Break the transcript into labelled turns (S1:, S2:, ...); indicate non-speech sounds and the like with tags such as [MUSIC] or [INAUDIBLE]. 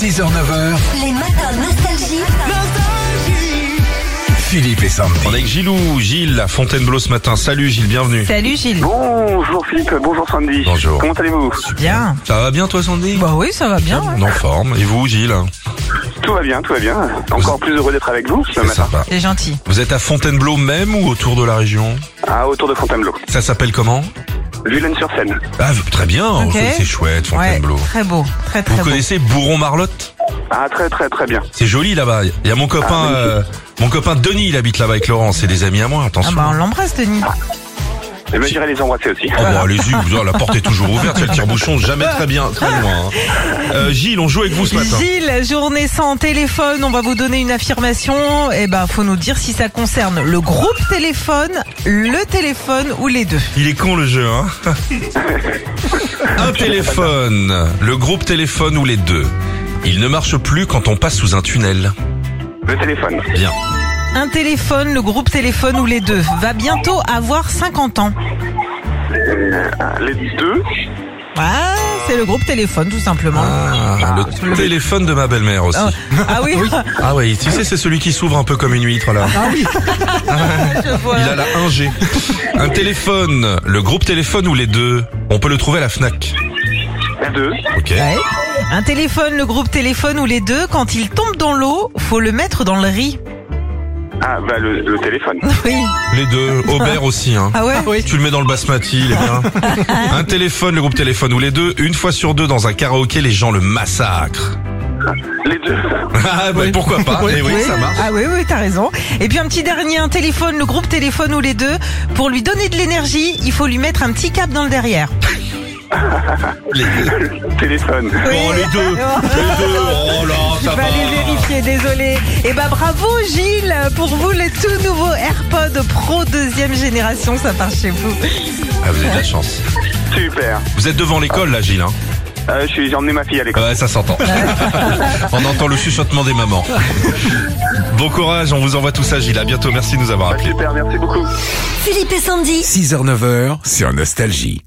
S1: 6h, 9h,
S2: Les matins nostalgie.
S1: Philippe et Sandy.
S3: On est avec Gilou, Gilles, à Fontainebleau ce matin. Salut Gilles, bienvenue.
S4: Salut Gilles.
S5: Bonjour Philippe, bonjour Sandy.
S3: Bonjour.
S5: Comment allez-vous
S4: Bien.
S3: Ça va bien toi Sandy
S4: Bah oui, ça va bien. ouais.
S3: En forme. Et vous Gilles hein
S5: Tout va bien, tout va bien. Encore plus heureux d'être avec vous ce
S3: C'est
S5: matin.
S3: sympa.
S4: C'est gentil.
S3: Vous êtes à Fontainebleau même ou autour de la région
S5: Ah, autour de Fontainebleau.
S3: Ça s'appelle comment
S5: Vilaine-sur-Seine.
S3: Ah v- très bien,
S4: Ok.
S3: c'est- c'est chouette
S4: Ouais,
S3: Fontainebleau.
S4: très beau, très
S3: Vous
S4: très beau.
S3: connaissez Bourron-Marlotte
S5: Ah, très très très bien.
S3: C'est joli là-bas. Il
S4: Ah,
S3: y a mon copain,
S5: magnifique.
S3: euh, mon copain Denis, il habite là-bas avec Laurent. C'est des amis à moi,
S4: Ah
S3: attention.
S4: bah on l'embrasse Denis.
S3: Ah,
S5: Et bien, Eh ben, j'irai les embrasser aussi.
S3: Oh bon, allez-y, vous- la porte est toujours ouverte, il y a le tire-bouchon, jamais très
S4: [LAUGHS]
S3: bien, très loin. hein. Euh, Gilles, on joue avec vous ce matin.
S4: Gilles, journée sans téléphone, on va vous donner une affirmation. Et ben faut nous dire si ça concerne le groupe téléphone, le téléphone ou les deux.
S3: Il est con le jeu,
S4: [LAUGHS]
S3: hein Un téléphone, le groupe téléphone ou les deux. Il ne marche plus quand on passe sous un tunnel.
S5: Le téléphone.
S3: Bien.
S4: Un téléphone, le groupe téléphone ou les deux va bientôt avoir 50 ans.
S5: Ah, Les deux.
S4: Ah, c'est le groupe téléphone tout simplement.
S3: Ah, le téléphone de ma belle-mère aussi.
S4: Ah, ah [LAUGHS] oui,
S3: Ah [LAUGHS] oui, tu sais, c'est celui qui s'ouvre un peu comme une huître là.
S4: Ah je vois.
S3: Il a la 1G. Un téléphone, le groupe téléphone ou les deux. On peut le trouver à la Fnac.
S5: Les deux.
S3: Ok.
S4: Ouais. Un téléphone, le groupe téléphone ou les deux, quand il tombe dans l'eau, faut le mettre dans le riz. [LAUGHS]
S5: Ah, bah, le, le téléphone.
S4: Oui.
S3: Les deux. Aubert aussi, hein.
S4: Ah ouais
S3: Tu le mets dans le basmati, il est
S4: [LAUGHS]
S3: bien. un téléphone, le groupe téléphone ou les deux. Une fois sur deux, dans un karaoké, les gens le massacrent.
S5: Les deux. [LAUGHS]
S3: Ah, bah, pourquoi pas Eh oui, ça marche.
S4: Ah oui, oui, t'as raison. Et puis un petit dernier, un téléphone, le groupe téléphone ou les deux. Pour lui donner de l'énergie, il faut lui mettre un petit cap dans le derrière.
S3: Les deux.
S5: Le téléphone.
S3: Oh, les deux. Les
S4: [LAUGHS]
S3: deux. Oh là, [LAUGHS]
S4: Je
S3: ça va.
S4: vais aller vérifier, désolé. Et bah bravo Gilles pour vous les tout nouveaux AirPods Pro deuxième génération, ça part chez vous.
S3: Ah, vous avez de la chance.
S5: Super.
S3: Vous êtes devant l'école, là, Gilles, hein Ah
S5: Euh, je suis- J'ai emmené ma fille à l'école.
S3: Ouais, ça s'entend.
S4: [LAUGHS]
S3: on entend le chuchotement des mamans. Bon courage, on vous envoie tout ça, Gilles. À bientôt. Merci de nous avoir
S5: Bah,
S3: appelés.
S5: super, merci beaucoup.
S2: Philippe et Sandy.
S1: 6h, 9h sur Nostalgie.